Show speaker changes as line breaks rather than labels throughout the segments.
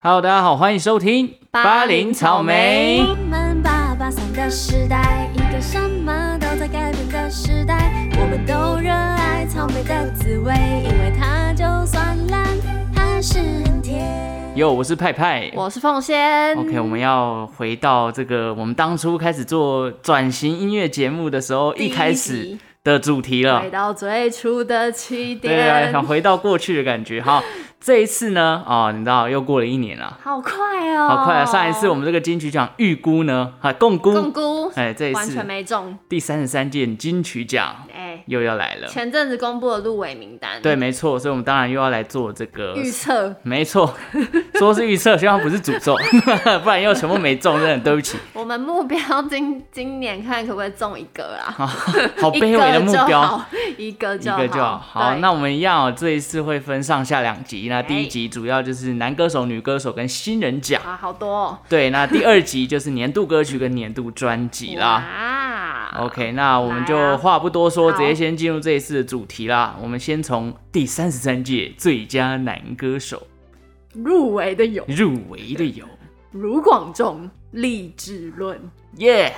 Hello，大家好，欢迎收听
巴林草莓
我们八八三的时代，一个什么都在改变的时代。我们都热爱草莓的滋味，因为它就算烂，还是很甜。
哟，我是派派。
我是凤仙。
OK，我们要回到这个我们当初开始做转型音乐节目的时候，
第
一
一
开
集
始的主题了
回。到最初的起
对对，
点，
想回到过去的感觉 哈。这一次呢，哦，你知道又过了一年了，
好快哦！
好快啊！上一次我们这个金曲奖预估呢，啊，共估，
共估，
哎，这一
完全
次
没中。
第三十三届金曲奖
哎，
又要来了。
前阵子公布了入围名单，
对，，没错，所以我们当然又要来做这个
预测
没错，说是预测，希望不是诅咒， 不然又全部没中，真的很对不起，
我们目标今今年看可不可以中一个啦？
啊好
一
卑微
个
的目
就
标。
好，一个
一
就好，
个就好，好，
对
那我们一样、哦，这一次会分上下两集。那第一集主要就是男歌手、女歌手跟新人奖，
啊，好多哦
对。那第二集就是年度歌曲跟年度专辑啦。
啦
OK，那我们
来
就
啊
话不多说，
好
直接先进入这一次的主题啦。我们先从第三十三届最佳男歌手
入围的有
入围的有，
卢广仲、励志论，
耶、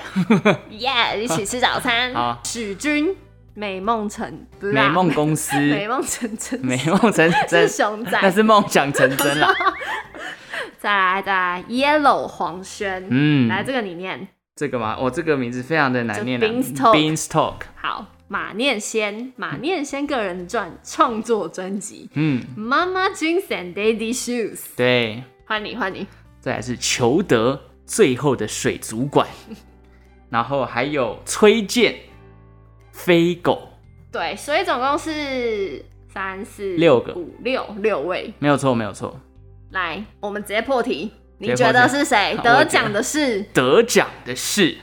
耶、一起吃早 餐
好。
许君、美梦成，不是
美
啦
梦公司，
美梦成真，
美梦成
是
真，
熊
那
仔。
是梦想成真 啦。
啊再来再来，Yellow 黄轩，
嗯，
来这个你念
这个嘛，我、这个名字非常的难念啊
就 Beanstalk
Beanstalk，
好。马念先，马念先个人传创作专辑
嗯，
《Mama Jeans and Daddy Shoes》，
对。
换你换你，
再来是裘德，最后的水族 馆，然后还有崔健，飞狗，
对，所以总共是三四
六个
五六六位。
没有错，没有错。
来，我们直接破题，
直
你
接破题
觉得是谁
好我觉
得奖的是？
得奖的是，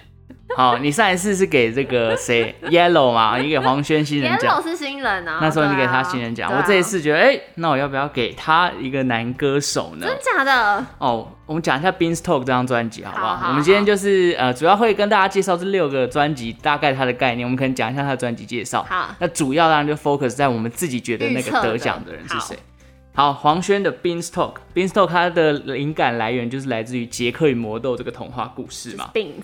好，你上一次是给这个 谁 Yellow 嘛，你给黄轩新人奖
Yellow，是新人啊，
那时候你
对
给
啊
他新人奖，
对啊
我这一次觉得，哎、那我要不要给他一个男歌手呢？
真假的，
哦，我们讲一下 Beanstalk 这张专辑好不好？
好好
我们今天就是呃，主要会跟大家介绍这六个专辑大概它的概念，我们可能讲一下它的专辑介绍。
好
那主要当然就 focus 在我们自己觉得那
预
个
测的
得奖的人是谁。好，黄轩的 Beanstalk，Beanstalk 它的灵感来源就是来自于《杰克与魔豆》这个童话故事嘛。
病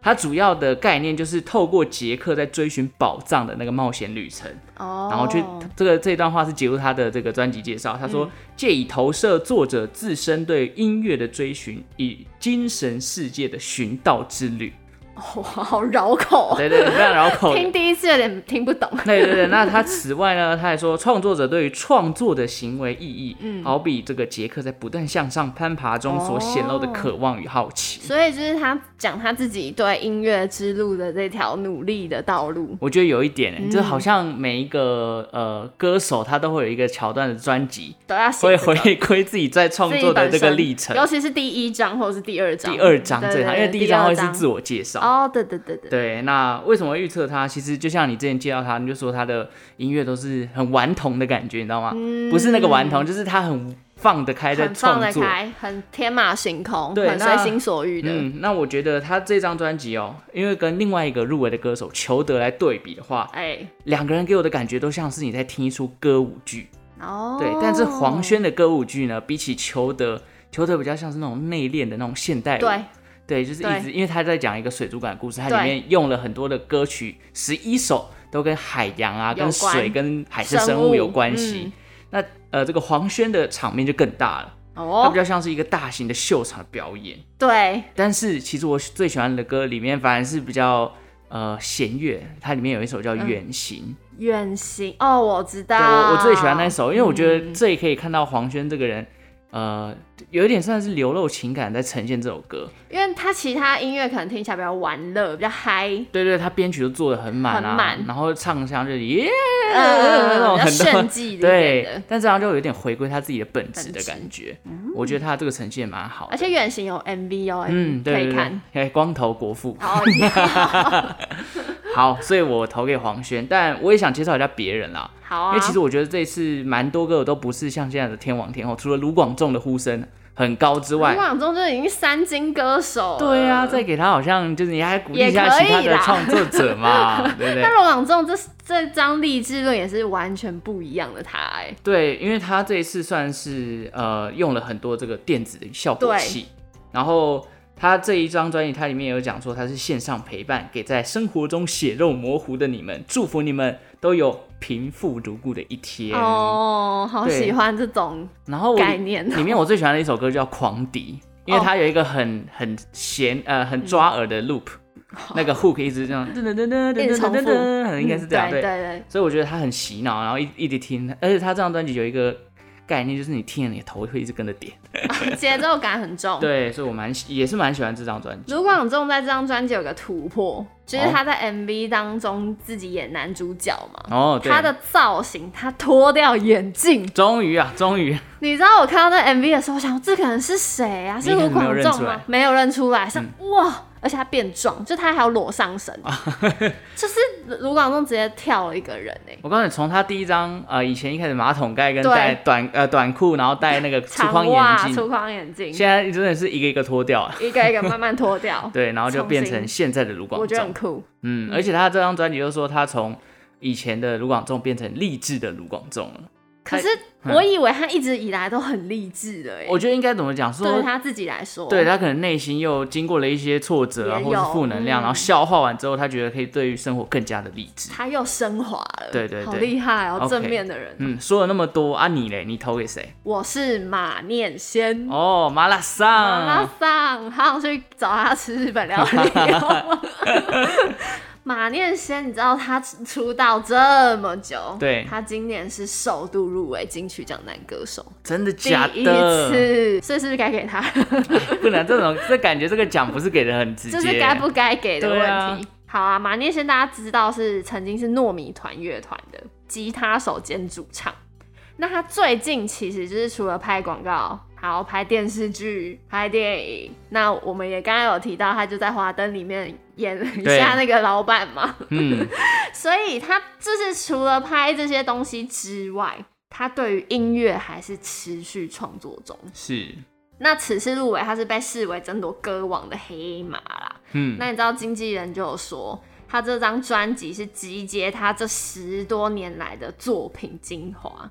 它主要的概念就是透过杰克在追寻宝藏的那个冒险旅程，
哦，嗯
然后去这个这段话是结束他的这个专辑介绍，他说、借以投射作者自身对音乐的追寻，以精神世界的寻道之旅。
哇，好绕口哦，
对对，对非常绕口的
听第一次有点听不懂。
对对对，那他此外呢，他还说创作者对于创作的行为意义，
嗯
好比这个杰克在不断向上攀爬中所显露的
哦
渴望与好奇。
所以就是他讲他自己对音乐之路的这条努力的道路，
我觉得有一点、
嗯
欸，就好像每一个呃歌手，他都会有一个桥段的专辑，
都要啊写
会
这个
回归自己在创
自己
作的这个
本身
历程。
尤其是第一章或者是第二章。
第二章
对
最好，
对
因为第一章会
第
是
二
自我介绍。
哦，对对对对，
对，那为什么会预测他？其实就像你之前介绍他，你就说他的音乐都是很顽童的感觉，你知道吗？不是那个顽童，就是他很放得开在
嗯很放
创
得
作。
开，很天马行空，
对
很
那
随心所欲的。
嗯，那我觉得他这张专辑哦，因为跟另外一个入围的歌手裘德来对比的话，
哎，
两个人给我的感觉都像是你在听一出歌舞剧。
哦，
对，但是黄轩的歌舞剧呢，比起裘德，裘德比较像是那种内敛的那种现代舞。
对
对，就是一
对
直，因为他在讲一个水族馆的故事，它里
对
面用了很多的歌曲，十一首都跟海洋啊、
有
跟
关
水、跟海生
生
生物
物嗯
有关系。那呃，这个黄轩的场面就更大了，它比
哦，
较像是一个大型的秀场表演。
对，
但是其实我最喜欢的歌里面反而是比较呃弦乐，它里面有一首叫
嗯
《远行》。
远行哦，我知道，
对我我最喜欢那首，因为我觉得
嗯
这里可以看到黄轩这个人，呃，有一点算是流露情感在呈现这首歌。
因为他其他音乐可能听起来比较玩乐，比较嗨，
对对，他编曲都做的很满啊，
很满
然后唱腔就是耶，嗯那种
呃，比较
很多
炫技一点
对
的。，
但这样就有点回归他自己的本质的
本质
感觉。我觉得他这个呈现也蛮好
嗯而
的。
且远行有 MV 哦，
嗯，对
可
对
以
对
看。，
哎，光头国父，
哦，也
好，所以我投给黄轩，但我也想介绍一下别人啦，
好
因
啊，
为其实我觉得这一次蛮多个都不是像现在的天王天后，除了卢广仲的呼声很高之
卢
外，
广仲就已经三金歌手了，
对啊，再给他好像就是你还鼓励一下
也可
其
以
他的
啦
创作者 嘛，对不对
但？罗广仲这这张励志论也是完全不一样的他哎、
对，因为他这一次算是呃用了很多这个电子效果
对
器，然后他这一张专辑，它里面有讲说他是线上陪伴，给在生活中血肉模糊的你们，祝福你们都有平复如故的一天。
哦，好
对
喜欢这种
然后我
概念哦
里面我最喜欢的一首歌叫《狂迪》，因为
哦
它有一个很很弦呃很抓耳的 loop，、那个 hook 一直这样噔噔噔噔噔
一直嗯重
噔
复嗯
噔噔，嗯应该是这样
对对
所以我觉得他很洗脑，然后一一直听，而且他这张专辑有一个概念，就是你听了你的头会一直跟着点。
对，节奏感很重。
对，所以我蛮喜也是蛮喜欢这张专辑。
卢广仲在这张专辑有个突破，就是
哦
他在 MV 当中自己演男主角嘛，
哦，对，
他的造型他脱掉眼镜，
终于啊，终于
你知道我看到那 MV 的时候，我想这个人是谁啊？是
你
卢
可能没有
广
认
仲
出来嗯
吗？没有认出来，是、哇，而且他变壮，就他还有裸上身，
啊
就是卢广仲直接跳了一个人哎、
我告诉你，从他第一张呃以前一开始马桶盖跟
对
戴短呃短裤，然后戴 那个粗
长
框
袜、
眼
粗
镜，
框眼镜，
现在真的是一个一个脱掉 啊。，
一个一个慢慢脱 掉
对，然后就变
重
成
新
现在的卢广
我觉得很
仲。
酷。
嗯，而且他这张专辑又说他从以前的卢广仲变成励志的卢广仲了。
可是
嗯
我以为他一直以来都很励志的哎、
我觉得应该怎么讲？说
对他自己来说，
对他可能内心又经过了一些挫折啊，
也
或是
有
负能量，
嗯
然后消化完之后，他觉得可以对于生活更加的励志。
他又升华了，
对对对
好厉害哦，
OK
正面的人。
嗯，说了那么多啊，你嘞？你投给谁？
我是马念先。
哦，麻辣
马拉
桑。
桑，好想去找他吃日本料理哦、马念先，你知道他出道这么久，
对
他今年是首度入围金曲奖男歌手，
真的
第
假
一
的？
次，所以是不是该给他？
不能这种，这感觉这个奖不是给的很直接。
这是该不该给的问题。
对啊
好啊，马念先大家知道是曾经是糯米团乐团的吉他手兼主唱。那他最近其实就是除了拍广告，还要拍电视剧、拍电影。那我们也刚刚有提到，他就在《华灯》里面演了一
对
下那个老板 嘛。
嗯，
所以他就是除了拍这些东西之外，他对于音乐还是持续创作中。
是，
那此次入围，他是被视为争夺歌王的黑马啦。
嗯，
那你知道经纪人就有说，他这张专辑是集结他这十多年来的作品精华。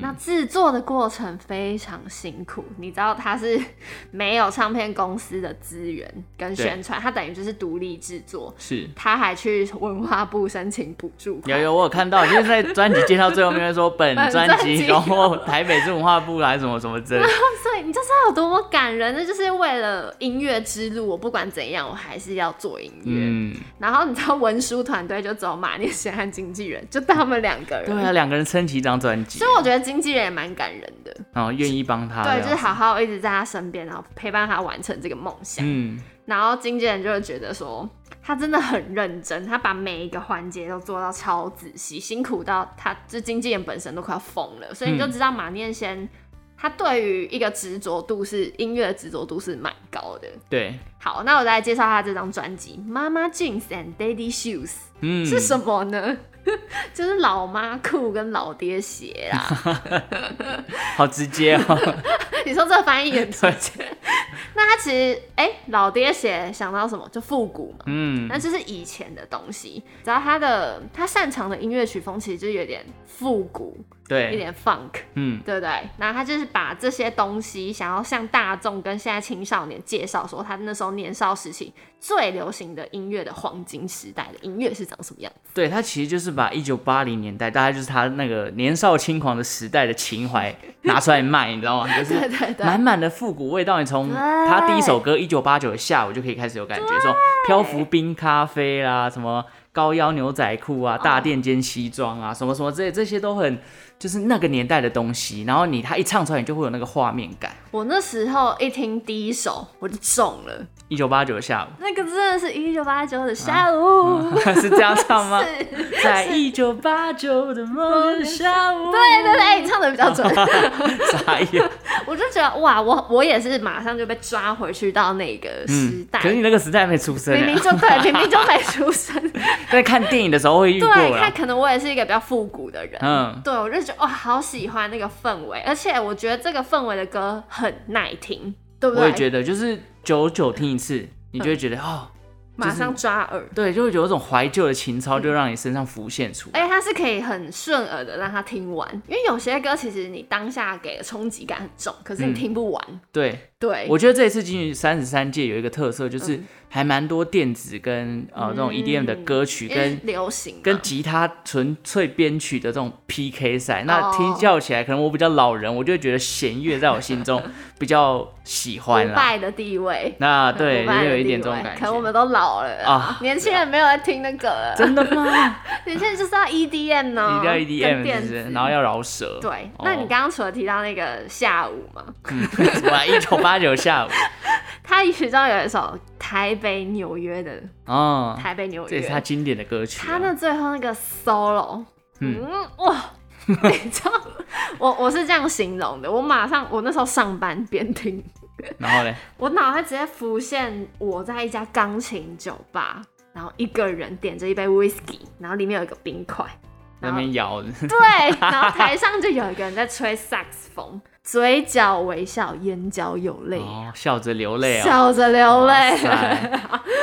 那
嗯，
制作的过程非常辛苦，你知道他是 没有唱片公司的资源跟宣传，他等于就是独立制作。
是。
他还去文化部申请补助款
有有，我有看到，就是在专辑介绍最后面会 说本
本
专
专
辑，
辑
然后台北市文化部来什么什么之类 的。
所以你就知道有多么感人，那就是为了音乐之路，我不管怎样，我还是要做音乐。
嗯，
然后你知道文书团队就走马念先和经纪人，就他们两个人。
对啊，两个人撑起一张专辑
所，以我觉得经纪人也蛮感人的，
然后愿意帮他这样
对，
子。
就是好好一直在他身边，然后陪伴他完成这个梦想。
嗯，
然后经纪人就会觉得说，他真的很认真，他把每一个环节都做到超仔细，辛苦到他就经纪人本身都快要疯了。所以
嗯
你就知道马念先他对于一个执着度是音乐的执着度是蛮高的。
对，
好，那我再来介绍他这张专辑《妈妈 Jeans and Daddy Shoes》。
嗯，
是什么呢？ 就是老妈裤跟老爹鞋啦。
好直接 哦。
你说这翻译很直接。那它其实，哎、老爹鞋想到什么就复古嘛，
嗯
那，就是以前的东西。只要他的他擅长的音乐曲风，其实就是有点复古，一
对，
点 funk，
嗯，
对不对？那他就是把这些东西想要向大众跟现在青少年介绍，说他那时候年少时期最流行的音乐的黄金时代的音乐是长什么样子。
对，他其实就是把一九八零年代，大概就是他那个年少轻狂的时代的情怀拿出来卖，你知道 吗？就是
对对对，
满满的复古味道。你从他第一首歌《一九八九的下午》就可以开始有感觉，说漂浮冰咖啡啦，什
嗯
么高腰牛仔裤啊，大垫肩西装啊，什么什么之类，这些都很就是那个年代的东西。然后你他一唱出来，你就会有那个画面感。
我那时候一听第一首我就中了，
一九八九的下午，
那个真的是一九八九的下午，
是这样唱吗？
是，
在一九八九的某个下 午，
对对对，你唱的比较准。
傻眼。
我就觉得哇，我我也是马上就被抓回去到那个 时代，
嗯可是你那个时代还没出生、欸，
明明就 对，明明就没出 生。
在看电影的时候会遇过
对，
啦
看。可能我也是一个比较复古的人，
嗯
对我就觉得哇，好喜欢那个氛围，而且我觉得这个氛围的歌很耐听，对嗯不
我
对？
也觉得，就是久久听一次，你就会觉得、哦，
马上抓耳，
对，就会有一种怀旧的情
嗯
操，就让你身上浮现出来。
而且它是可以很顺耳的让它听完，因为有些歌其实你当下给的冲击感很重，可是你
嗯
听不完。
对，
对，
我觉得这一次金曲三十三届有一个特色，就是
嗯
还蛮多电子跟呃这种 EDM 的歌曲
因为
跟。
流行嘛
跟吉他纯粹编曲的这种 PK 赛，那
哦
听叫起来，可能我比较老人，我就会觉得弦乐在我心中 比较喜欢
不
啦。
败的地位。
那
嗯
对，
不
就
败的
有一
地
点这种
位
感
可我
觉。
们都老了
啊
啊， 年轻人没有在听那个了，
真的 吗？
年轻人就是要 EDM 呢，
你叫
跟
EDM
电
是不是
子？
然后要饶舌。
对，
哦
那你刚刚除了提到那个下午嘛，
什么一九八九下 午
他其中有一首《台北纽约》的《
哦，
台北纽
这
约
也是》他经典的歌曲啊。
他那最后那个 solo，
嗯
嗯 哇，你知道，我我是这样形容的，我马上我那时候上班边听，
然后嘞，
我脑海直接浮现我在一家钢琴酒吧，然后一个人点着一杯 whisky，然后里面有一个冰块，
那
然后
边摇，
对，然后台上就有一个人在吹萨克斯风，嘴角微笑，眼角有泪，
哦，笑着流泪啊，
笑着流
哇
泪。
塞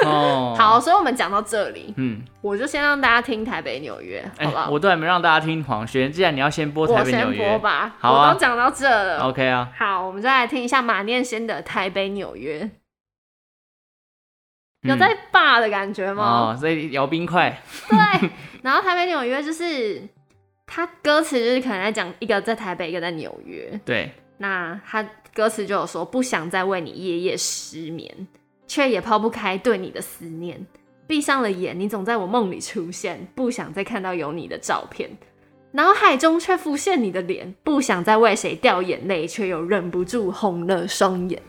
哦，，
好，所以我们讲到这里，
嗯，我
我就先让大家听台北纽约，
哎
好不好？
我都还没让大家听黄轩，既然你要先播台
我
北纽
先播
约
吧，
好啊
我都讲到这了。
，OK 啊，
好，我们再来听一下马念先的《台北纽约》，
嗯
有在霸的感觉吗？
哦，所 以摇冰块，
对，然后台北纽约就是他歌词就是可能在讲一个在台北，一个在纽约。
对，
那他歌词就有说，不想再为你夜夜失眠，却也抛不开对你的思念。闭上了眼，你总在我梦里出现，不想再看到有你的照片。脑海中却浮现你的脸，不想再为谁掉眼泪，却又忍不住红了双眼。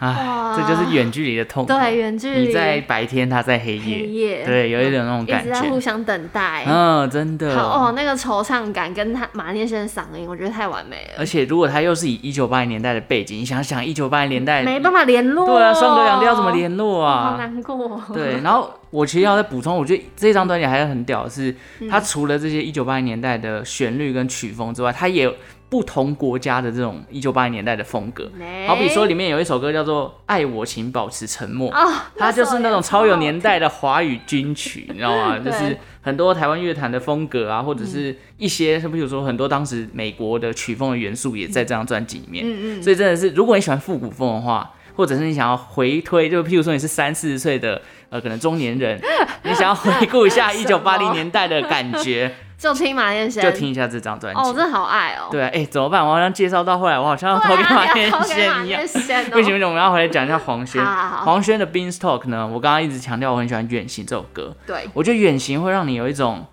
唉，
哇
啊这就是远距离的痛苦，
对，远距离，
你在白天，他在黑
黑
夜，
夜，
对，有一种那种
一
感
直在互
觉，
相等待。
嗯，真的，
好哦，那个惆怅感跟他马念先的嗓音，我觉得太完美了
而，且如果他又是以一九八零年代的背景，你想想一九八零年代，
没办法联络。
对啊，双隔两地要怎么联络
好
啊？
难过。
对，然后我其实要再补充，我觉得这张专辑还是很屌的是，
嗯
它除了这些一九八零年代的旋律跟曲风之外，它也有不同国家的这种一九八零年代的风格。
没
好比说，里面有一首歌叫做《爱我请保持沉默》，
哦，
它就是那种超有年
代。
代的华语军曲，你知道吗？ 就
对
是很多台湾乐坛的风格啊，或者是一些，比如说很多当时美国的曲风的元素也在这张专辑里面。
嗯嗯
所以真的是，如果你喜欢复古风的话，或者是你想要回推，就譬如说你是三四十岁的呃，可能中年人， 你想要回顾一下一
什
九八
么
零年代的感 觉，
就听马念先，
就听一下这张专
哦，我
辑。
真的好爱哦。
对啊，哎、怎么办？我好像介绍到后来，我好像要投
对
给
啊，
马
你
天
要投给马
仙一样
念。先 哦。
不行不行，我们要回来讲一下黄轩。
好好好
黄轩的《Beanstalk》呢，我刚刚一直强调我很喜欢《远行》这首歌，
对，
我觉得《远行》会让你有一种，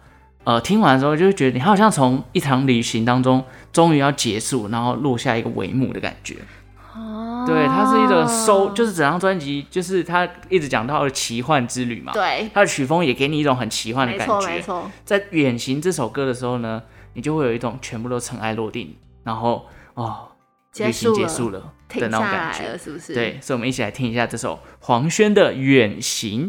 呃，听完之后就会觉得你好像从一场旅行当中终于要结束，然后落下一个帷幕的感觉。
哦
对，它是一种收，就是整张专辑，就是他一直讲到的奇幻之旅嘛。
对，
他的曲风也给你一种很奇幻的
没
感
错没
觉。
错，
在《远行》这首歌的时候呢，你就会有一种全部都尘埃落定，然后哦，旅
结
行
束
结
了，
束了的
停
那
下
种感
来
觉
了，。是不是？
对，所以我们一起来听一下这首黄轩的《远行》。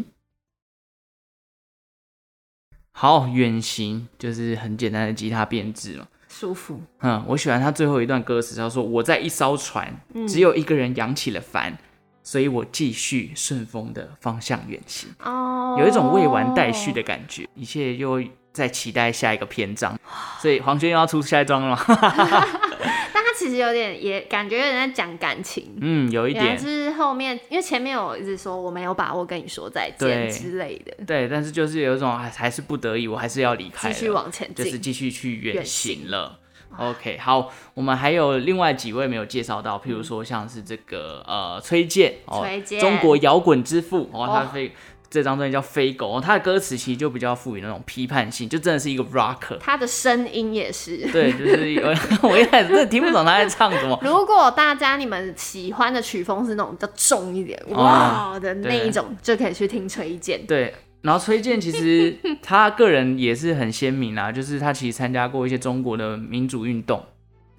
好，《远行》就是很简单的吉他编制嘛。
舒服。
嗯，我喜欢他最后一段歌词，他说：“我在一艘船，
嗯
只有一个人扬起了帆，所以我继续顺风的方向远行。”
哦，
有一种未完待续的感觉，一切又在期待下一个篇章。所以黄轩又要出下一章了吗？
但他其实有点也感觉有点在讲感情。
嗯，有一
原来
点
就。是后面，因为前面有一直说我没有把握跟你说再
对
见之类的，
对，但是就是有一种哎还还是不得已，我还是要离开了。
继续往前
就是
进。
继续去远
远
行
行
了。OK，好，我们还有另外几位没有介绍到，譬如说像是这个呃崔健哦
崔，健
中国摇滚之父哦，
哦
他非这张专辑叫《飞狗》，它的歌词其实就比较富于那种批判性，就真的是一个 rocker。
他的声音也是。
对，就是有 我一开始真的听不懂他在唱什么。
如果大家你们喜欢的曲风是那种比较重一点，哇
哦
的那一种，就可以去听崔健。
对，然后崔健其 实他个人也是很鲜明啊，就是他其实参加过一些中国的民主运动，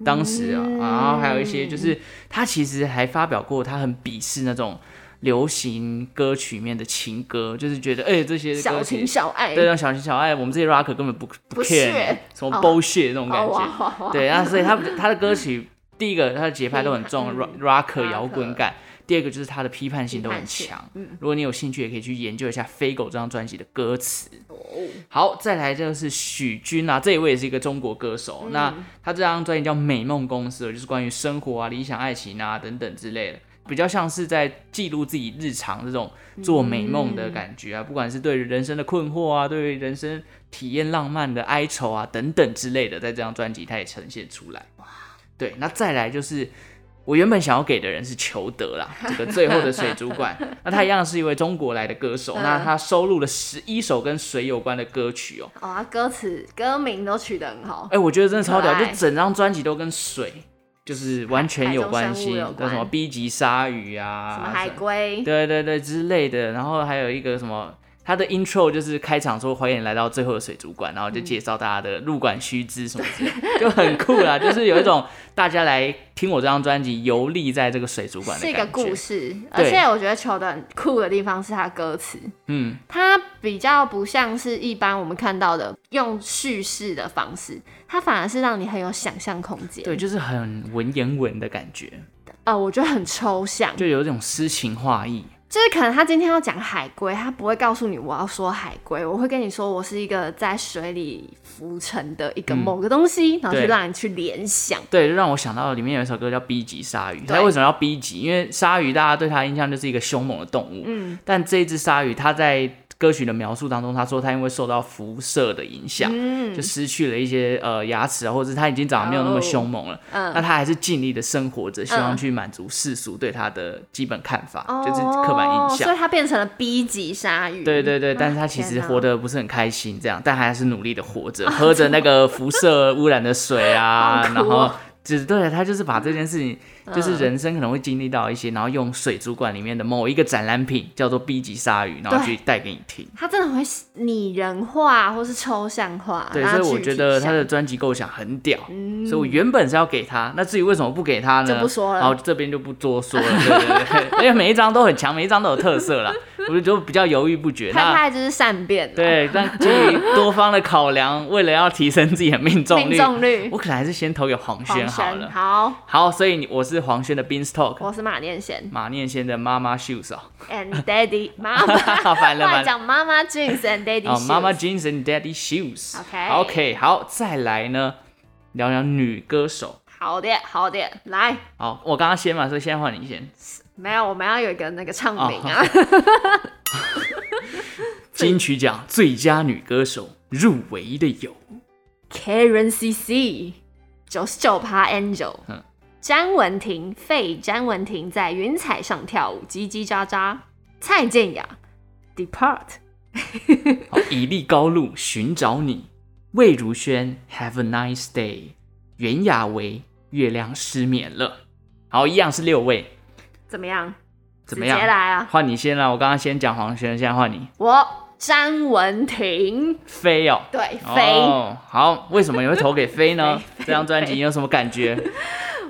当时啊，
嗯
然后还有一些就是他其实还发表过他很鄙视那种流行歌曲里面的情歌，就是觉得哎、这些歌
小
其
情
实
小爱，
对，让啊小情小爱，我们这些 rocker 根本不
不屑
care 什么
哦
bullshit 那种感
哦
觉。
哇哇哇，
对，那所以他他的歌曲，第一个他的节拍都很重
嗯
，rock rock 摇
rock
滚感；第二个就是他的批判性都很
批判
强。
嗯，
如果你有兴趣，也可以去研究一下《飞狗》这张专辑的歌词。
哦
好，再来就是许君啊，这一位也是一个中国歌手。
嗯
那他这张专辑叫《美梦公司》，就是关于生活啊、理想、爱情啊等等之类的，比较像是在记录自己日常这种做美梦的感觉啊，不管是对人生的困惑啊，对人生体验浪漫的哀愁啊等等之类的，在这张专辑他也呈现出来。对，那再来就是。我原本想要给的人是裘德啦，这个最后的水族 馆。那他一样是一位中国来的歌手，
嗯
那他收录了十一首跟水有关的歌曲哦、
哦，他歌词歌名都取得很哦好
哎、，我觉得真的超屌，
很可
就
爱
整张专辑都跟水就是完全有关系，
海中生物有
跟
关
什么 B 级鲨鱼
什
啊，
么海
什么
龟，
对对对之类的，然后还有一个什么。他的 intro 就是开场说欢迎来到最后的水族馆，然后就
嗯
介绍大家的入馆须知什么之类的，就很酷啦。就是有一种大家来听我这张专辑游历在这个水族馆的
是一个
感觉
故，事，而且我觉得球的很酷的地方是它歌词，
嗯，
它比较不像是一般我们看到的用叙事的方式，它反而是让你很有想象空间。
对，，就是很文言文的感觉，
呃，我觉得很抽象，
就有一种诗情画意。
就是可能他今天要讲海龟，他不会告诉你我要说海龟，我会跟你说我是一个在水里浮沉的一个
嗯
某个东西，然后去
对
让你去联想。
对，就让我想到里面有一首歌叫《B 级鲨鱼》。
对
它为什么要 B 级？因为鲨鱼大家对它的印象就是一个凶猛的动物，
嗯，
但这一只鲨鱼它在歌曲的描述当中，他说它因为受到辐射的影响，
嗯
就失去了一些呃牙齿啊，或者是它已经长得没有那么凶猛了。
嗯
那它还是尽力的生活着，希望
嗯
去满足世俗对它的基本看法，就是刻板
哦
印象
所以。它变成了 B 级鲨鱼。
对对对，但是他
啊
其实
天哪
活得不是很开心，这样，但还是努力的活着，喝着那个辐射污染的水啊
好，苦哦嗯
然后只对他就是把这件事情，就是人生可能会经历到一些，然后用水族馆里面的某一个展览品叫做 B 级鲨鱼，然后去带给你听。
他真的会拟人化或是抽象化，
对，
让
所
它
以我
具
觉
体
得
像
他的专辑构想很屌，所以我原本是要给他，那至于为什么不给他呢？
嗯就不说了
然后这边就不多说了，对对对，因 为每一张都很强，每一张都有特色啦，我就就比较犹豫不决。那
派派就是善变了，
对，但基于多方的考量，为了要提升自己的命中率，
命中率
我可能还是先投给黄轩好了。
好，
好所以你我是黄轩的 Beanstalk，
我是马 念贤
马念先的妈妈 Shoes 哦，
and Daddy 妈妈，
烦了
后来
烦了。
讲妈妈 Jeans and Daddy
哦，妈妈
Shoes
Jeans and Daddy Shoes。
OK
OK，好，再来呢，聊聊女歌手。
好的好的，来，
好，我刚刚先嘛，所以现在换你先。
没有，我们要有一个那个唱名啊，
哦金曲奖最佳女歌手入围的有
Karen CC 九十九趴 Angel
嗯。
詹雯婷，费詹雯婷在云彩上跳舞，叽叽喳喳。蔡健雅，Depart，
好以利高路寻找你，魏如萱 Have a nice day，袁娅维月亮失眠了。好，一样是六位，
怎么样？
怎么样
直接？来啊！
换你先啦，我刚刚先讲黄轩，现在换你
我詹雯婷，
飞哦。
对，飞。
哦，好，为什么你会投给飞呢
飞？
这张专辑你有什么感觉？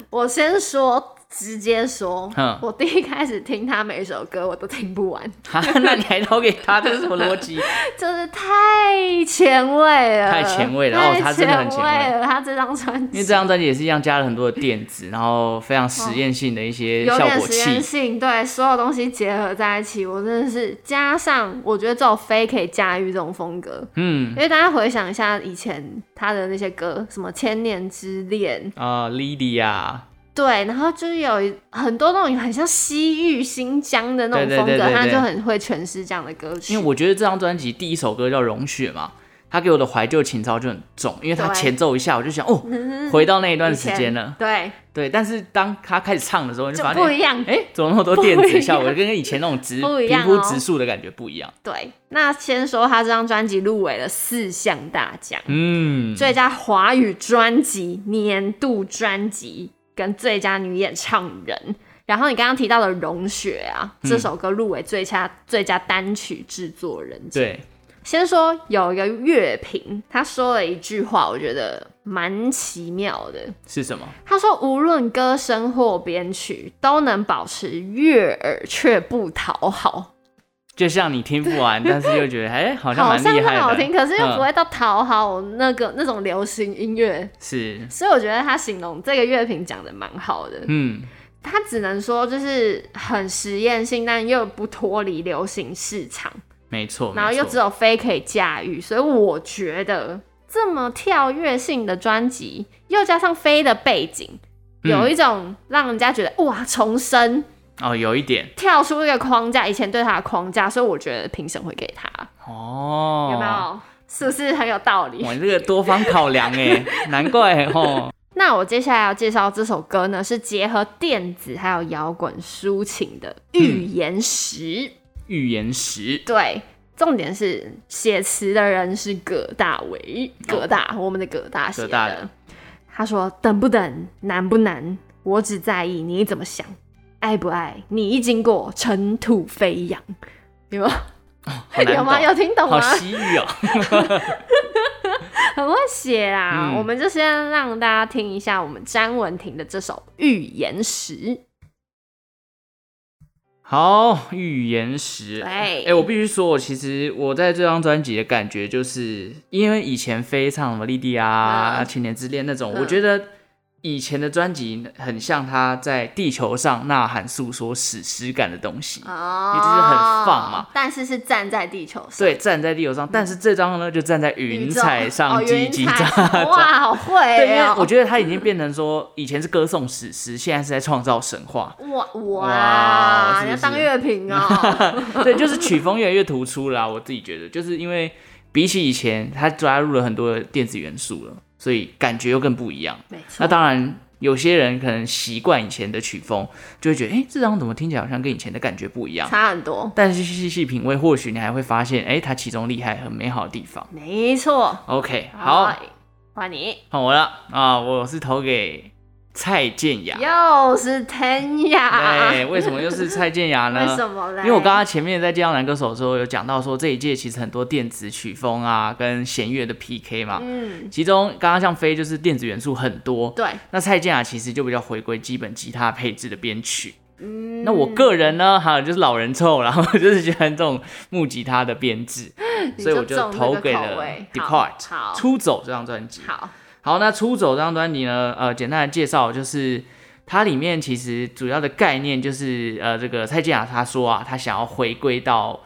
我先说，直接说
嗯，
我第一开始听他每一首歌我都听不完，
哈，那你还投给他，这是什么逻辑？
就是太前卫了，
太前卫了哦他真的很前卫
太了。他这张专
因
辑
为这张专辑也是一样，加了很多的电子，然后非常实验性的一些
哦有
效
点
果
实验
器。
性，对，所有东西结合在一起，我真的是加上，我觉得只有飞可以驾驭这种风格。
嗯
因为大家回想一下以前他的那些歌，什么《千年之恋》，
啊，Lydia，
对，然后就是有一很多那种很像西域、新疆的那种
对对
风格，
对对
他
对
就很会诠释这样的歌曲。
因为我觉得这张专辑第一首歌叫《融雪》嘛，他给我的怀旧情操就很重，因为他
对嗯
前奏一下，我就想哦，回到那一段时间了。
对，
对，但是当他开始唱的时候，你
就
就发现
不一样。
哎、诶怎么那么多电
不一
子
样
效果，跟以前那种直
不一
皮
样
肤
哦
直树的感觉不一样。
对，那先说他这张专辑入围了四项大奖，
嗯，
最佳华语专辑、年度专辑跟最佳女演唱人。然后你刚刚提到的《融雪》啊，
嗯
这首歌入围最佳、最佳单曲制作人奖。
对，
先说有一个乐评，他说了一句话，我觉得蛮奇妙的。
是什么？
他说，无论歌声或编曲，都能保持悦耳却不讨好，
就像你听不完，但是又觉得哎、诶好像
好
蛮
像
厉
是
害的，
好听，可是又
嗯
不会到讨好那个、那种流行音乐。
是，
所以我觉得他形容这个乐评讲的蛮好的，
嗯，
他只能说就是很实验性，但又不脱离流行市场。
没错，
然后
没
又
错
只有飞可以驾驭，所以我觉得这么跳跃性的专辑，又加上飞的背景，
嗯
有一种让人家觉得哇，重生
哦，有一点
跳出一个框架，以前对他的框架，所以我觉得评审会给他，
哦，
有没？有？是不是很有道理？
哇，你这个多方考量 哎，难怪哦。
那我接下来要介绍这首歌呢，是结合电子还有摇滚抒情的《预言石》。
预言石
对，重点是写词的人是葛大为，葛大，我们的葛大写
葛大
的。他说：“等不等，难不难，我只在意你怎么想，爱不爱你一经过，尘土飞扬。”有没
好
有？
难
有吗？有
懂，
听懂
好
吗？
西域哦。
很会写啦。
嗯
我们就先让大家听一下我们詹雯婷的这首《预言石》。
好，预言石。
哎
哎、我必须说，我其实我在这张专辑的感觉，就是因为以前非唱什么莉莉啊、
嗯
千年之恋那种，
嗯
我觉得以前的专辑很像他在地球上呐喊诉说史诗感的东西。
哦
也就是很放嘛，
但是是站在地球上，
对，站在地球上，但是这张呢，就站在云
嗯宇宙
彩上
哦
叽
云
叽
彩
喳喳。
哇，好会哦！
对，因为我觉得他已经变成说，以前是歌颂史诗，现在是在创造神话。
哇
哇
哇，
是不
你
是
要当乐 评哦，
对，就是曲风越来越突出啦、我自己觉得，就是因为比起以前，它加入了很多的电子元素了，所以感觉又更不一样。
没错
那当然，有些人可能习惯以前的曲风，就会觉得，哎、这张怎么听起来好像跟以前的感觉不一样？
差很多，
但是细细品味，或许你还会发现，哎、它其中厉害、很美好的地方。
没错。
OK，好，，
啊换你，
换我了啊！我是投给蔡健雅。
又是天雅，
对，为什么又是蔡健雅呢？
为什么嘞？
因为我刚刚前面在介绍男歌手的时候有讲到说，这一届其实很多电子曲风啊跟弦乐的 PK 嘛，
嗯，
其中刚刚像飞就是电子元素很多，
对，
那蔡健雅其实就比较回归基本吉他配置的编曲。
嗯
那我个人呢，还有就是老人臭啦，然后就是喜欢这种木吉他的编制，
你
所以我就
就中这个
投给
口
了
味
Depart
好好
出走这张专辑。
好，
好，那《出走》这张专辑呢，呃，简单的介绍就是，它里面其实主要的概念就是，呃，这个蔡健雅她说啊，她想要回归到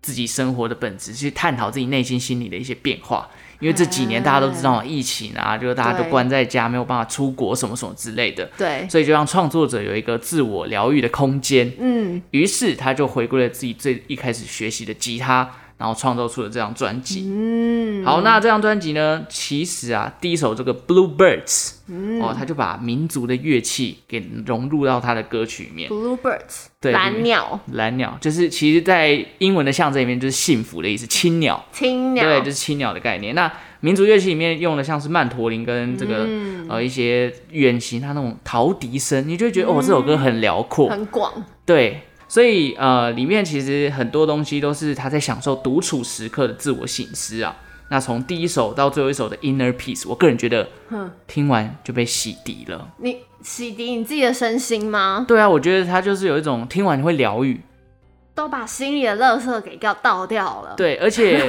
自己生活的本质，去探讨自己内心心理的一些变化。因为这几年大家都知道嘛，疫情啊，就是大家都
对
关在家，没有办法出国什么什么之类的，
对，
所以就让创作者有一个自我疗愈的空间。
嗯
于是他就回归了自己最一开始学习的吉他，然后创作出了这张专辑。
嗯，
好，那这张专辑呢，其实啊，第一首这个 Blue Birds，、哦，他就把民族的乐器给融入到他的歌曲里面。
Bluebirds
对
蓝鸟、
蓝鸟就是其实，在英文的象征里面就是幸福的意思，青鸟，
青鸟，
对，就是青鸟的概念。那民族乐器里面用的像是曼陀林跟这个、呃一些远行，它那种陶笛声，你就会觉得、哦，这首歌很辽阔，
很广，
对，所以呃，里面其实很多东西都是他在享受独处时刻的自我醒思啊。那从第一首到最后一首的 Inner Peace，我个人觉得
哼，
听完就被洗涤了。
你洗涤你自己的身心吗？
对啊，我觉得他就是有一种听完你会疗愈。
都把心里的垃圾给要倒掉了。
对，而且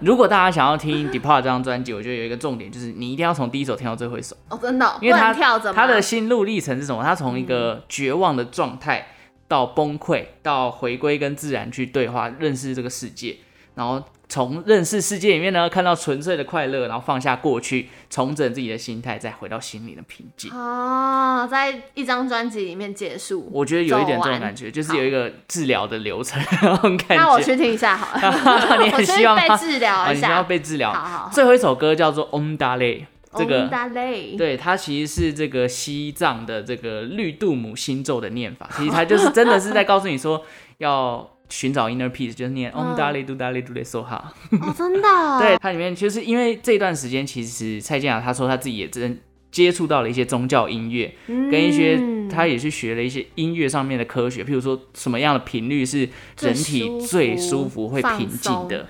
如果大家想要听 Depart 这张专辑，我觉得有一个重点就是你一定要从第一首听到最后一首，
哦，真的哦，
因为他
不能跳着吗嗯
他的心路历程是什么？他从一个绝望的状态到崩溃，到回归跟自然去对话，认识这个世界，然后从认识世界里面呢，看到纯粹的快乐，然后放下过去，重整自己的心态，再回到心里的平静。
哦，在一张专辑里面结束，
我觉得有一点这
走
种
完
感觉，就是有一个治疗的流程，那种感觉。
那 我去 听一下好了，
你
我
很
去
希望
被
吗
治疗
啊，
一
你要
下。
被治疗。
好好好哦
最后一首歌叫做《Om Da Le》，这个
Om Da Le
对它其实是这个西藏的这个绿度母星咒的念法，其实它就是真的是在告诉你 说要寻找 inner peace，就是念
嗯
Om Da Le Do Da Le Do Le So Ha。
哦，真的哦，
对，它里面就是因为这段时间，其实蔡健雅她说她自己也真接触到了一些宗教音乐，
嗯，
跟一些她也去学了一些音乐上面的科学，譬如说什么样的频率是人体最
最舒
舒服
服
会
放
平静
松
的。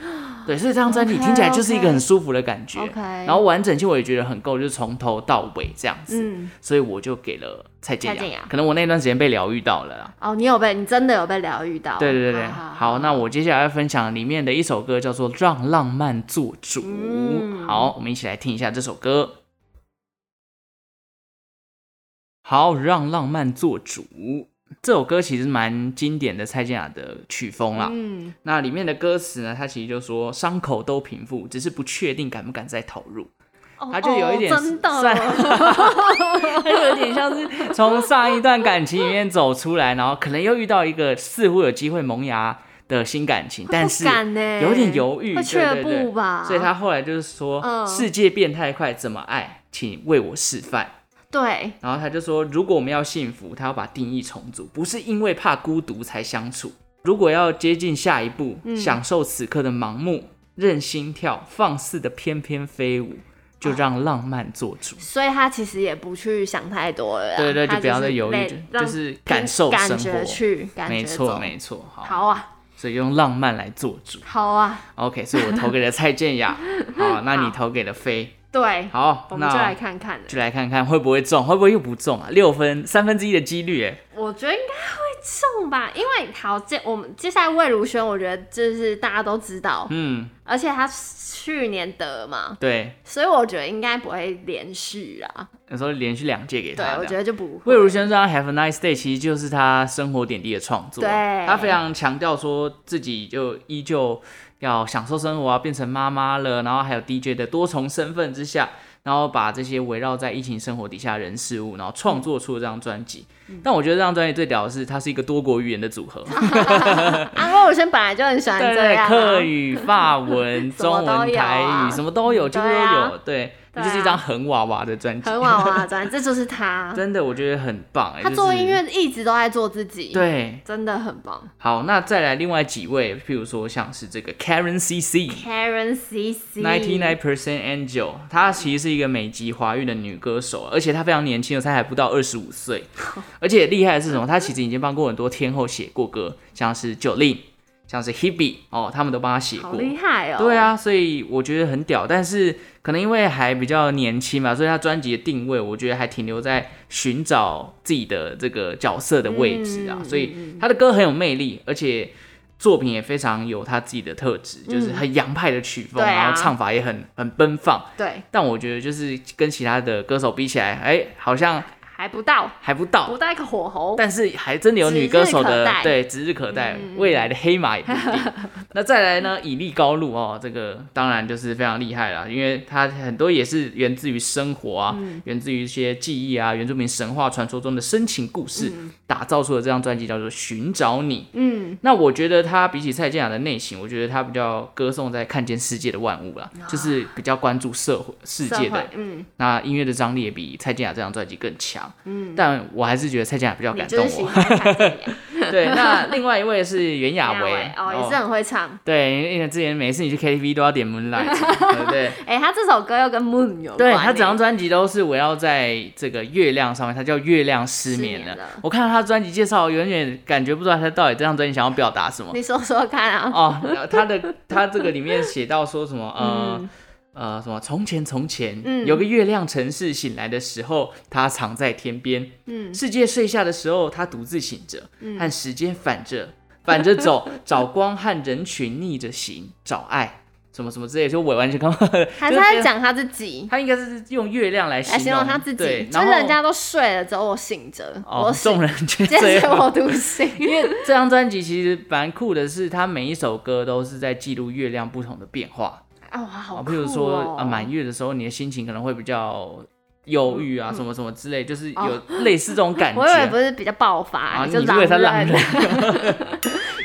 对，所以这张专辑听起来就是一个
OK，OK
很舒服的感觉。
OK
然后完整性我也觉得很够，就是从头到尾这样子。
嗯，
所以我就给了蔡健
蔡健雅
可能我那段时间被疗愈到了啦。
哦，你有被，你真的有被疗愈到，
对对对对，
好，
好，那我接下来要分享里面的一首歌，叫做《让浪漫做主》。
嗯
好，我们一起来听一下这首歌。好，让浪漫做主。这首歌其实蛮经典的蔡健雅的曲风啦。
嗯，
那里面的歌词呢，它其实就说伤口都平复，只是不确定敢不敢再投入。
哦
它就有一点
哦真 的，
算 它有点像
欸
是从上一段感情里面走出来，然后可能又遇到一个似乎有机会萌芽的新感情，但是
不敢呢
有点犹豫，
会
对对
却
对
步吧
所以他后来就是说，
嗯
世界变太快，怎么爱？请为我示范。
对，
然后他就说，如果我们要幸福，他要把定义重组，不是因为怕孤独才相处。如果要接近下一步，
嗯
享受此刻的盲目，任心跳，放肆的翩翩飞
嗯
舞，就让浪漫做主。
所以他其实也不去想太多了啦，
对对，
啊他
就不要再犹豫
累，
就
让
就是感受
感
生活
觉。去，感
没
觉
错，
走
没错，好，
好啊，
所以用浪漫来做主。
好啊，
OK，所以我投给了蔡健 雅，好，那你投给了飞，
对，
好，
我们
那
就来看看了，
就来看看会不会中，会不会又不中啊？六分，三分之一的几率，哎，
我觉得应该会中吧，因为好接我们接下来魏如萱，我觉得就是大家都知道，
嗯，
而且他去年得嘛，
对，
所以我觉得应该不会连续啦，
有时候连续两届给
对
他，这
我
样
觉得就不会
魏如萱这张《Have a Nice Day》其实就是她生活点滴的创作，啊
对
她非常强调说自己就依旧要享受生活啊，变成妈妈了，然后还有 DJ 的多重身份之下，然后把这些围绕在疫情生活底下的人事物，然后创作出了这张专辑。
嗯
但我觉得这张专辑最屌的是，它是一个多国语言的组合，
啊，魏如萱本来就很喜欢
对
这
对，
样、啊，
客语、法文、
什么
中
都有啊
文、台语，什么都有，几乎都
对啊
有。对，这
对啊
就是一张很娃娃的专辑，
很娃娃专，这就是 他，
真的我觉得很棒。欸
他做
就是
音乐一直都在做自己，，
对。
真的很棒。
好，那再来另外几位，譬如说像是这个 Karen CC。
Karen CC
Ninety Nine Percent Angel，她其实是一个美籍华裔的女歌手，而且她非常年轻，她还不到二十五 岁。而且厉害的是什么？她其实已经帮过很多天后写过歌，像是 Jolin，像是 Hebe 哦，他们都帮她写
好
过。
厉害哦，
对，啊，所以我觉得很屌，但是可能因为还比较年轻嘛，所以他专辑的定位，我觉得还停留在寻找自己的这个角色的位置啊，
嗯
所以他的歌很有魅力，而且作品也非常有他自己的特质，就是很洋派的曲风，
对啊
然后唱法也很很奔放。
对，
但我觉得就是跟其他的歌手比起来，哎、好像
还不到，
还不到，
不到一个火候，
但是还真的有女歌手
哦指日可
的
待嗯
对指日可待，未来的黑马也不一定。 那再来呢，以利高路哦，这个当然就是非常厉害啦，因为它很多也是源自于生活啊，
嗯
源自于一些记忆啊，原住民神话传说中的深情故事，打造出了这张专辑叫做《寻找你》。
嗯，
那我觉得他比起蔡健雅的内型，我觉得他比较歌颂在看见世界的万物啦，
啊
就是比较关注社会世界
社会
的。
嗯，
那音乐的张力也比蔡健雅这张专辑更强。嗯，但我还是觉得蔡健雅比较
你
感
就
动
是
我
喜。欢看这样，
对，那另外一位是袁
梁
娅维
伟，哦，也是很会唱，
对，因为之前每次你去 KTV 都要点 Moonlight，对不对？
哎，他这首歌又跟 Moon 有关，
对
欸
他整张专辑都是围绕在这个月亮上面，他叫月亮失眠了。
失眠了
我看到他专辑介绍，永远感觉不知道他到底这张专辑想要表达什 么。
你说说看啊，
哦，然后他的他这个里面写到说什么呃、呃什么从前从前、
嗯
有个月亮城市，醒来的时候它藏在天边，
嗯
世界睡下的时候它独自醒着，和 时间反着反着走，找光和人群逆着行，找爱。什么什么之类，就我完全看不懂。
还是
就
他
觉得
在讲他自己，
他应该是用月亮来
来形容他自
对
己，就
然
是
后
人家都睡了，只有我醒着，
哦
我，醒
众，人皆
接
醉
着我独醒， 因为
这张专辑其实蛮酷的是，它每一首歌都是在记录月亮不同的变化。
啊，哇，好
啊，
酷
比如说
哦
啊，满月的时候，你的心情可能会比较忧郁啊，什么什么之类，就是
嗯哦
有类似这种感觉。
我以为不是比较爆发，
啊，你
就
以为他
狼
浪
人
人，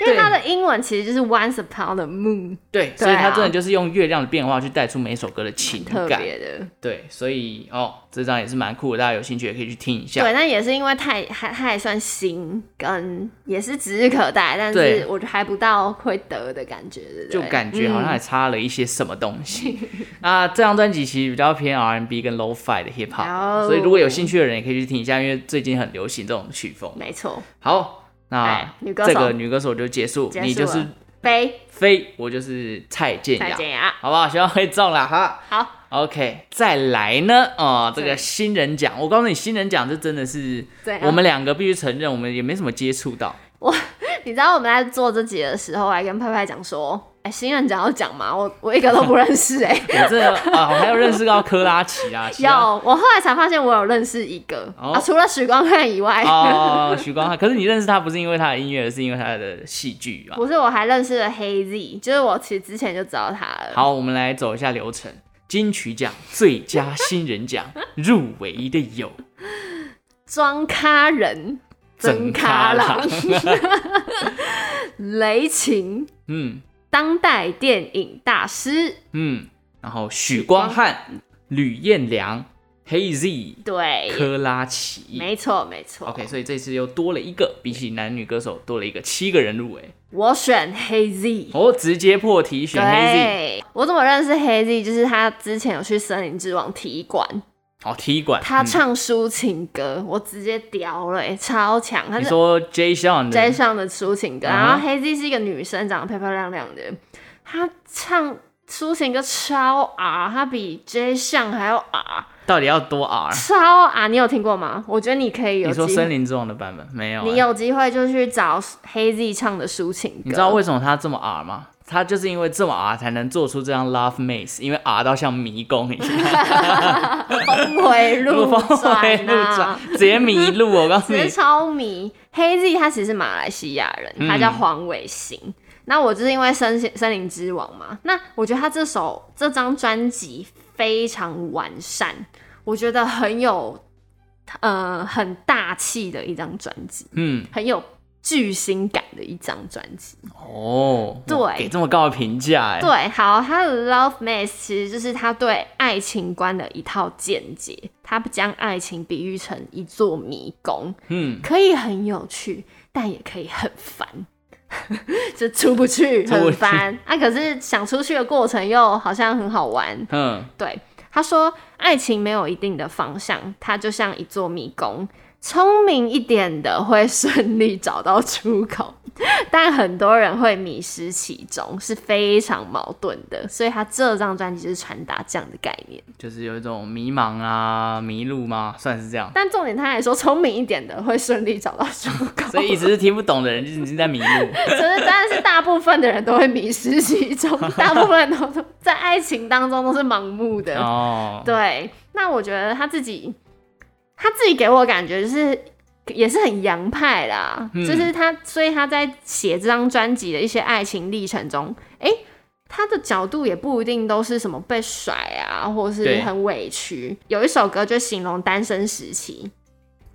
因为它的英文其实就是 Once Upon a Moon，
对，所
对
以
啊
他真的就是用月亮的变化去带出每一首歌的情
特
感。
别的。
对，所以哦，这张也是蛮酷的，大家有兴趣也可以去听一下。
对，但也是因为太还它也算新，跟也是指日可待，但是
对
我觉得还不到会得的感觉，对不嗯
就
对？
感觉好像还差了一些什么东西。
嗯
那这张专辑其实比较偏 R&B 跟 Lo-Fi 的 Hip Hop，
哦
所以如果有兴趣的人也可以去听一下，因为最近很流行这种曲风。
没错，
好，那
哎女歌手
啊这个女歌手就结束，
结
你
束
就
了
是
飞
飞，我就是蔡健
再
雅，
见啊！
好不好？希望会中了哈。
好，
OK，再来呢？哦，这
对
个新人奖，我告诉你，新人奖这真的是
对啊，
我们两个必须承认，我们也没什么接触到。
你知道我们在做这集的时候，我还跟佩佩讲说，哎、新人奖要讲嘛，我我一个都不认识 哎、
我这啊，我还有认识到科拉奇 啊，其
有，
他
我后来才发现我有认识一个、
哦
啊，除了许光汉以外，
哦，许光汉。可是你认识他不是因为他的音乐，而是因为他的戏剧啊吧？
不是，我还认识了 Hazy，就是我其实之前就知道他了。
好，我们来走一下流程。金曲奖最佳新人奖入围的有
装咖人、
曾
咖
咖
郎
郎、
雷晴、
嗯
当代电影大师，
嗯，然后许光汉、吕彦良、黑 Z、
对，
科拉奇。
没错没错。
OK，所以这次又多了一个，比起男女歌手多了一个，七个人入围，
我选 Hazy。
哦，直接破题选黑 Z。
对，我怎么认识 Hazy？就是他之前有去森林之王体育馆，
好，踢馆。
他
嗯、
唱抒情歌，我直接屌了、欸，超强！他
你
是
说 J Sean 的
J 上的抒情歌，
嗯嗯哼
然后 Hazy 是一个女生，长得漂漂亮亮的，她唱抒情歌超 R，她比 J 上还要 R，
到底要多 R？
超 R，你有听过吗？我觉得你可以有
你
机
说森
会，
林之王的版本没有、啊？
你有机会就去找 Hazy 唱的抒情歌，
你知 道为什么他这么 R 吗？他就是因为这么 R 才能做出这张 Love Maze，因为 R 到像迷宫一样，
峰回路
峰回
转
路
啊
转，，直接迷路。我告诉
直接
你，
超迷。Hazy 他其实是马来西亚人，他叫黄伟星。那我就是因为森《森林之王》嘛，那我觉得他这首这张专辑非常完善，我觉得很有呃很大气的一张专辑，
嗯，
很有巨星感的一张专辑。
哦，
对
哇给这么高的评价，哎，
对，好，他的 Love Maze 其实就是他对爱情观的一套见解，他将爱情比喻成一座迷宫，
嗯，
可以很有趣，但也可以很烦， 就出不去，
出不去
很烦。啊，可是想出去的过程又好像很好玩。
嗯，
对，他说爱情没有一定的方向，它就像一座迷宫。聪明一点的会顺利找到出口， 但很多人会迷失其中，是非常矛盾的。所以他这张专辑就是传达这样的概念。
就是有一种迷茫啊、迷路吗？算是这样。
但重点他还说，聪明一点的会顺利找到出口。
所以一直是听不懂的人，就是已经在 迷路。
就是真的是大部分的人都会迷失其中，大部分都都在爱情当中都是盲目的。
哦，
对，那我觉得他自己，他自己给我感觉就是也是很洋派啦，
嗯
就是他，所以他在写这张专辑的一些爱情历程中，诶，他的角度也不一定都是什么被甩啊，或是
对
很委屈。有一首歌就形容单身时期，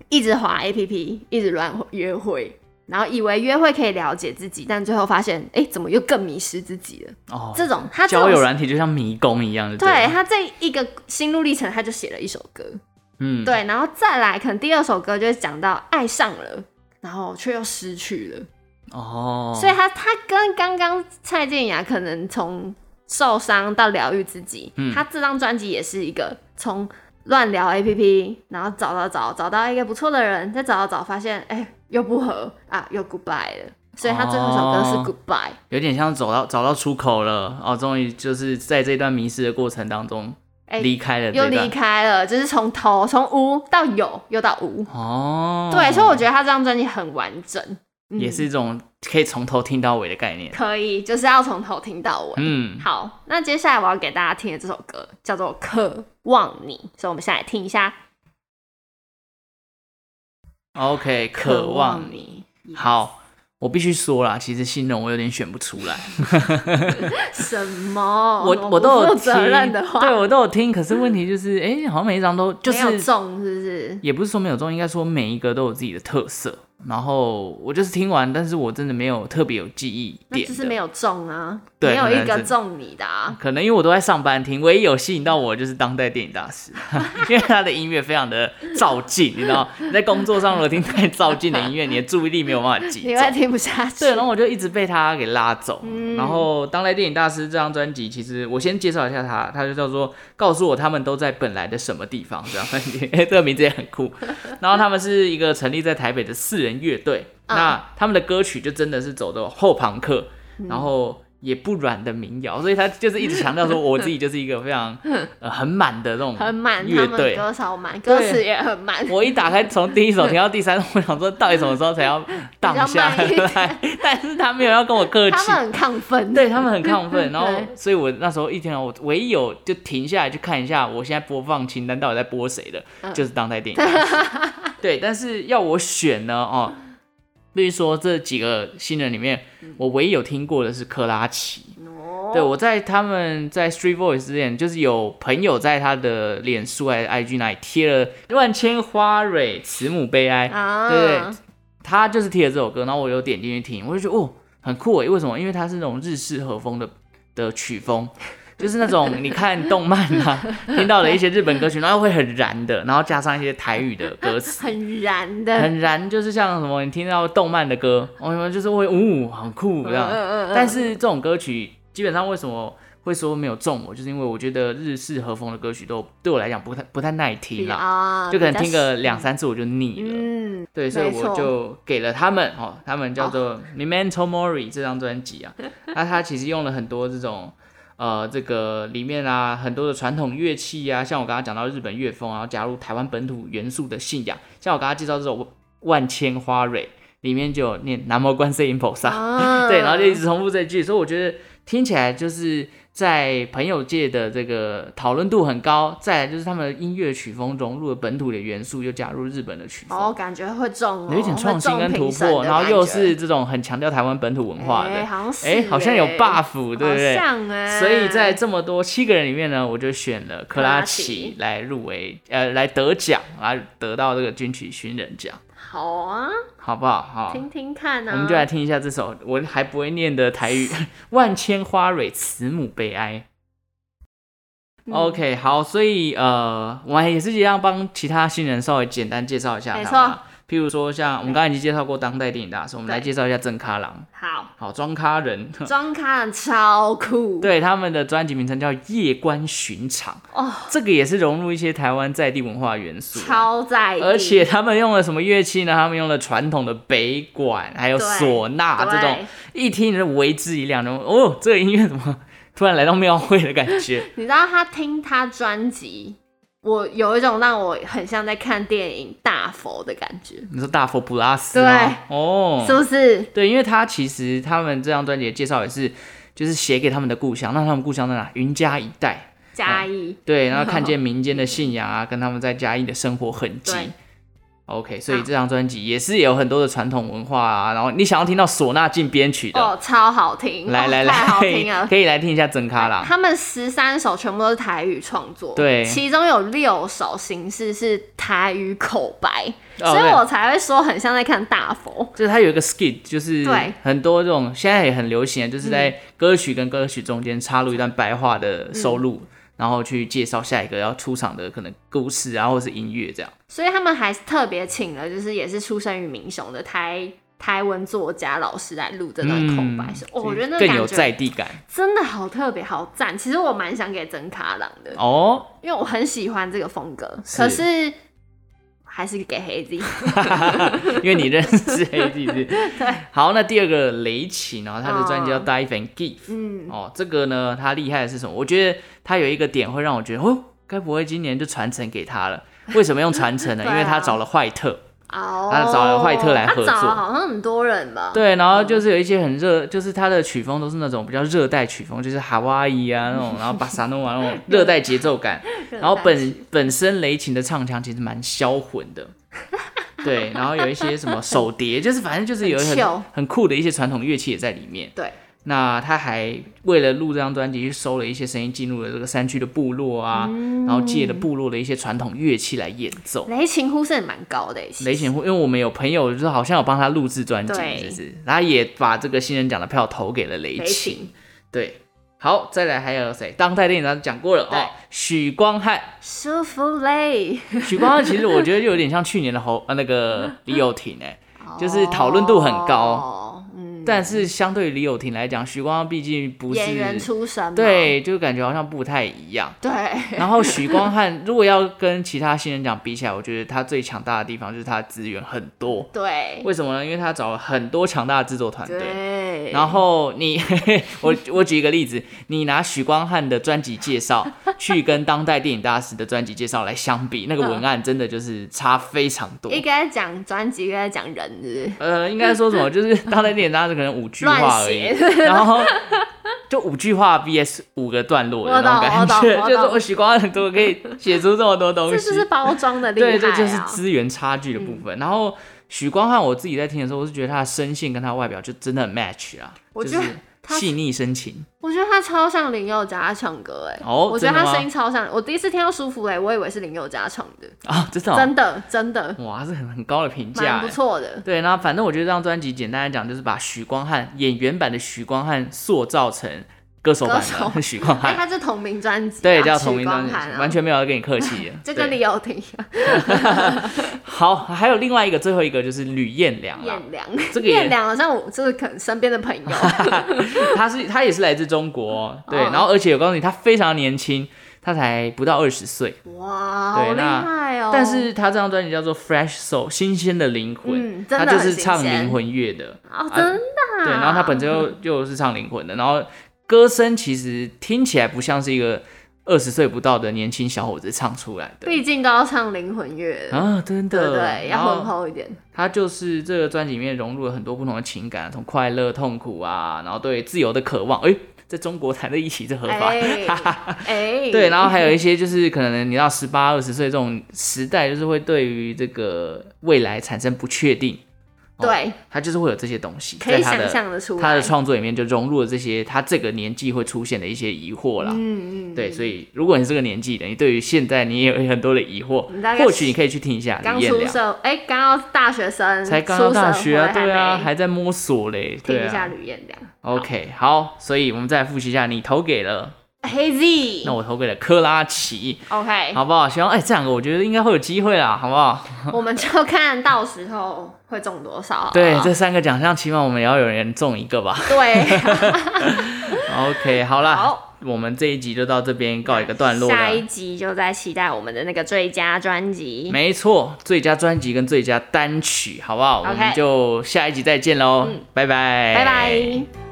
一直滑 A P P，一直乱约会。然后以为约会可以了解自己，但最后发现，诶，怎么又更迷失自己了？
哦，
这种他这
交
种
友软体就像迷宫一样，对
对
了，
他这一个心路历程，他就写了一首歌，
嗯，
对，然后再来，可能第二首歌就会讲到爱上了，然后却又失去了，
哦，
所以他他跟刚刚蔡健雅可能从受伤到疗愈自己，
嗯
他这张专辑也是一个从乱聊 A P P，然后找到找找到一个不错的人，再找到找发现，哎、又不合啊，又 goodbye 了，所以他最后一首歌
哦
是 goodbye，、
有点像走到找到出口了哦，终于就是在这段迷失的过程当中
哎
离开了
又
这
离
段。
开了，就是从头从无到有，又到无。
哦，
对，所以我觉得他这张专辑很完整，嗯
也是一种可以从头听到尾的概念。
可以，就是要从头听到尾。
嗯，
好，那接下来我要给大家听的这首歌叫做《渴望你》，所以我们现在来听一下
OK，
《
渴望你。
你
好，我必须说啦，其实新人我有点选不出 来，》
什么？
我我都
哦不
有
负
听，
责任的话，
对我都有听。可是问题就是，哎、好像每一张都就
没有
是
中，是不是？
也不是说没有中，应该说每一个都有自己的特色。然后我就是听完，但是我真的没有特别有记忆
那
点
就
的，
是没有中啊，
对
没有一
可能
个
是
中你的啊。
可能因为我都在上班听，唯一有吸引到我就是当代电影大师， 因为他的音乐非常的照进，你知道，你在工作上如果听太照进的音乐，你的注意力没有办法集
你会
中。
听不下去。
对，然后我就一直被他给拉走。
嗯
然后《当代电影大师》这张专辑，其实我先介绍一下他，他就叫做《告诉我他们都在本来的什么地方》这张专辑， 这个名字也很 酷。然后他们是一个成立在台北的四人乐队，
嗯
那他们的歌曲就真的是走的后朋克，然后也不软的民谣，所以他就是一直强调说，我自己就是一个非 常、呃、很满的那种
很满，他
乐
们
队。
歌手满，歌词也很满。
我一打开从第一首听到第三首，我想说到底什么时候才要荡下
比较
来？但是他没有要跟我客气
他，们很亢 奋，
对他们很亢奋，然后
对
所以我那时候一听到，我唯一有就停下来去看一下我现在播放清单到底在播谁的，
嗯
就是当代电 影大师。对，但是要我选呢，哦，必须说这几个新人里面，我唯一有听过的是克拉奇。
嗯哦
对，我在他们在 Street Voice 之前，就是有朋友在他的脸书还是 IG 那里贴了《乱千花蕊慈母悲哀》
啊，
对他就是贴了这首歌，然后我有点进去听，我就觉得哦，很酷诶。为什么？因为它是那种日式和风的的曲风，就是那种你看动漫 啊，听到了一些日本歌曲，然后会很燃的，然后加上一些台语的歌词，
很燃的，
很燃，就是像什么你听到动漫的歌，我们就是会呜、很酷这样。
嗯
但是这种歌曲基本上为什么会说没有中我，就是因为我觉得日式和风的歌曲都对我来讲不太不太耐听啦，
啊，
就可能
比较
听个两三次我就腻了。
嗯，
对，所以
没错
我就给了他们哦，他们叫做《Memento Mori》这张专 辑啊，那它其实用了很多这种呃，这个里面啊很多的传统乐器啊，像我刚刚讲到日本乐风，然后加入台湾本土元素的信仰，像我刚刚介绍这首《万千花蕊》，里面就有念“南无观世音菩萨”，
啊
对，然后就一直重复这句，所以我觉得听起来就是在朋友界的这个讨论度很高。再来就是他们的音乐曲风融入了本土的元素，又加入日本的曲风，
哦，感觉会中哦，
有一点创新跟突破，然后又是这种很强调台湾本土文化
画
的，
的，
哎、
好像是
好像有
欸
buff，对不对？
好像哎，
所以在这么多七个人里面呢，我就选了克拉
克拉
奇
奇
来入围，呃，来得奖，来得到这个金曲新人奖，
好啊，
好不好？好，
听听看啊，
我们就来听一下这首我还不会念的台语《 万千花蕊慈母悲哀》。
嗯
OK，好，所以呃，我们也是一样帮其他新人稍微简单介绍一下他
没
们
错
啊。譬如说像我们刚才已经介绍过当代电影大师，我们来
对
介绍一下郑咖郎，
好，
好，庄咖人，
庄看超酷，
嗯对，他们的专辑名称叫《夜观寻常》，
哦，
这个也是融入一些台湾在地文化元素啊。
超在地，
而且他们用了什么乐器呢？他们用了传统的北管，还有
对
唢呐
对
啊这种，一听人为之一亮，然后哦，这个音乐怎么突然来到庙会的感觉？
你知道他听他专辑，我有一种让我很像在看电影大佛的感觉，
你说大佛普拉斯吗？
是
哦，
不是？
对，因为他其实他们这张专辑的介绍也是，就是写给他们的故乡，那他们故乡在哪？云嘉一带。
嘉义，
对，然后看见民间的信仰啊，跟他们在嘉义的生活痕迹。
对
OK，所以这张专辑也是有很多的传统文化啊，然后你想要听到唢呐进编曲的，
哦，超好听，
来
哦
来
太
来，
好
可以
听 了。
可以来听一下整卡 啦。
他们十三首全部都是台语创作，
对
其中有六首形式是台语口白，
哦
所以
对
我才会说很像在看大佛。
就是它有一个 skit，就是
对
很多这种现在也很流行的，就是在歌曲跟歌曲中间插入一段白话的
嗯
收录，然后去介绍下一个要出场的可能故事啊，或是音乐这样。
所以他们还特别请了，就是也是出生于民雄的台台文作家老师来录这段口白，是哦我觉得那个
嗯更有
感
在
觉
地感
真的好特别，好赞。其实我蛮想给曾卡朗的，
哦。
因为我很喜欢这个风格，
是
可是还是给黑 Z。
因为你认识黑弟 弟。好，那第二个雷奇呢，他的专辑叫
哦
《Dive and Give》。
嗯，
哦，这个呢，他厉害的是什么？我觉得他有一个点会让我觉得，哦，该不会今年就传承给他了？为什么用传承呢？
对啊
因为他找了坏特。
哦，
他找了坏特来合作
他找了好像很多人吧？，
对，然后就是有一些很热，就是他的曲风都是那种比较热带曲风，就是哈哇伊啊那种，然后巴萨诺瓦啊那种热带节奏 感。然后本本身雷琴的唱腔其实蛮销魂 的，对，然后有一些什么手碟，就是反正就是有
很
很
chill
很酷的一些传统乐器也在里面。
对，
那他还为了录这张专辑，去收了一些声音进入了这个山区的部落啊，
嗯
然后借了部落的一些传统乐器来演奏。
雷琴呼声也蛮高的耶，其实
雷显户，因为我们有朋友就是好像有帮他录制专辑，
对
是不是？他也把这个新人奖的票投给了雷
雷
琴
琴。
对，好，再来还有谁？当代电影咱讲过了
对
哦，许光汉。
舒服嘞，
许光汉其实我觉得就有点像去年的侯呃那个李友廷哎、就是讨论度很高。
哦，嗯，
但是相对于李友廷来讲，许光汉毕竟不是
演员出身嘛，
对，就感觉好像不太一样。
对，
然后许光汉如果要跟其他新人奖比起来，我觉得他最强大的地方就是他的资源很多。
对，
为什么呢？因为他找了很多强大的制作团队。
对，
然后你， 我我举一个例子，你拿许光汉的专辑介 绍去跟当代电影大师的专辑介绍来相比，那个文案真的就是差非常多。
一个在讲专辑，一个在讲人日，
呃，应该说什么？就是当代电影大师可能五句话而已
乱，写
然后就五句话 VS 五个段落的
我懂
那种感觉，
我懂我 懂
就是哦我许光汉怎么可以写出这么多东
这
西？
就是包装的厉 害
对，
啊，嗯
这就是资源差距的部分。然后许光汉，我自己在听的时候，我是觉得他的声线跟他的外表就真的很 match 啊，
我
就
觉得
是
他
细腻深情。
我觉得他超像林宥嘉唱歌哎、
哦
我觉得
真的
他
吗
声音超像。我第一次听到舒服哎，我以为是林宥嘉唱的，
啊，真的、哦，
真的真的
哇，是很很高的评价
蛮
欸，
不错的。
对，那反正我觉得这张专辑简单来讲，就是把许光汉演员版的许光汉塑造成歌手版
歌
的
手
许光
哎、
汉，
他是同名专辑啊、
对，叫同名
许光
专辑，
汉啊
完全没有要跟你客气的
。这跟
对
李友廷、
好，还有另外一个，最后一个就是吕彦良啊啦，
彦良，
这个也
彦良好像我就是可能身边的 朋友，
他是他也是来自中国哦，对，
哦
然后而且我告诉你，他非常年轻，他才不到二十岁，
哦哇，
对
好厉
那
害哦！
但是他这张专辑叫做《Fresh Soul》，新鲜的灵魂，
嗯真
他
的
就
很
是唱
新鲜
灵魂乐的，
哦，
啊
真的啊、
对，然后他本身又又是唱灵魂的，然后歌声其实听起来不像是一个二十岁不到的年轻小伙子唱出来的
毕竟都要唱灵魂乐了，
啊，真
对
的，
不对？
然
要
后
浑厚一点，
他就是这个专辑里面融入了很多不同的情感，从快乐、痛苦啊，然后对自由的渴望，哎、在中国谈在一起这合法。
哎 哎，
对，然后还有一些就是可能你到十八、二十岁这种时代，就是会对于这个未来产生不确定，
对，
他就是会有这些东西，
可
在
以
他
想
的
象的出来，
他的创作里面就融入了这些他这个年纪会出现的一些疑惑啦。
嗯
啊
嗯，
对，
以
所以如果你是这个年纪的，你对于现在你也有很多的疑惑
你大，概
或许你可以去听一下
刚
李彦
出
良，
社，哎，刚要大学生，
才刚到大学啊，
出社会
对啊，
没
还在摸索嘞，对
听一
啊。
下吕彦良
OK，好，所以我们再复习一下，你投给了，
，Hazy，
那我投给了科拉奇，
OK，
好不好？希望哎、这两个我觉得应该会有机会啦，好不好？
我们就看到时候会中多少啊，
对，这三个奖项起码我们也要有人中一个吧。
对，
OK，好啦，
好
我们这一集就到这边告一个段落了。
下一集就在期待我们的那个最佳专辑，
没错，最佳专辑跟最佳单曲，好不好
OK
嗯我们就下一集再见喽，拜拜，
拜拜。